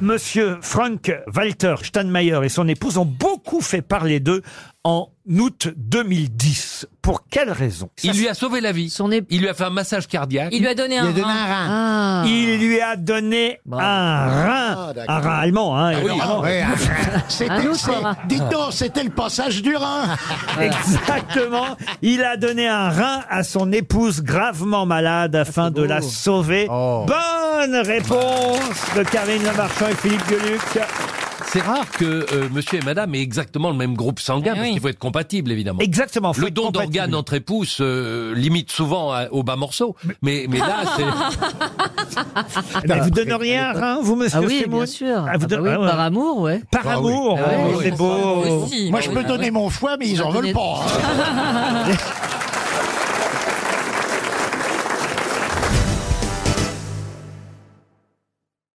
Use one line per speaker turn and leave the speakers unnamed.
Monsieur Frank Walter Steinmeier et son épouse ont beaucoup fait parler d'eux en août 2010. Pour quelle raison
Il lui a sauvé la vie. Il lui a fait un massage cardiaque.
Il lui a donné un rein. Ah.
Il lui a donné un rein, un rein allemand. hein, évidemment.
Ah C'était, c'est- dites donc, c'était le passage du
Ah,
Rhin.
Exactement. Il a donné un rein à son épouse gravement malade afin de la sauver. Bonne réponse de Karine Le Marchand et Philippe Gueluc.
C'est rare que euh, monsieur et madame aient exactement le même groupe sanguin,
Eh
parce qu'il faut être compatible, évidemment.
Exactement. faut
Le
être
don
compatible.
d'organes entre époux se limite souvent à- au bas morceau. Mais, mais là, c'est...
Mais vous donneriez un rein, vous, monsieur
Ah oui,
Semoun
bien sûr.
Ah, vous
Ah bah
don-
oui,
ah ouais.
Par amour, ouais.
Par amour,
Ah oui.
oh, c'est beau.
ah
Moi, je peux donner mon foie, mais ils en veulent pas. hein.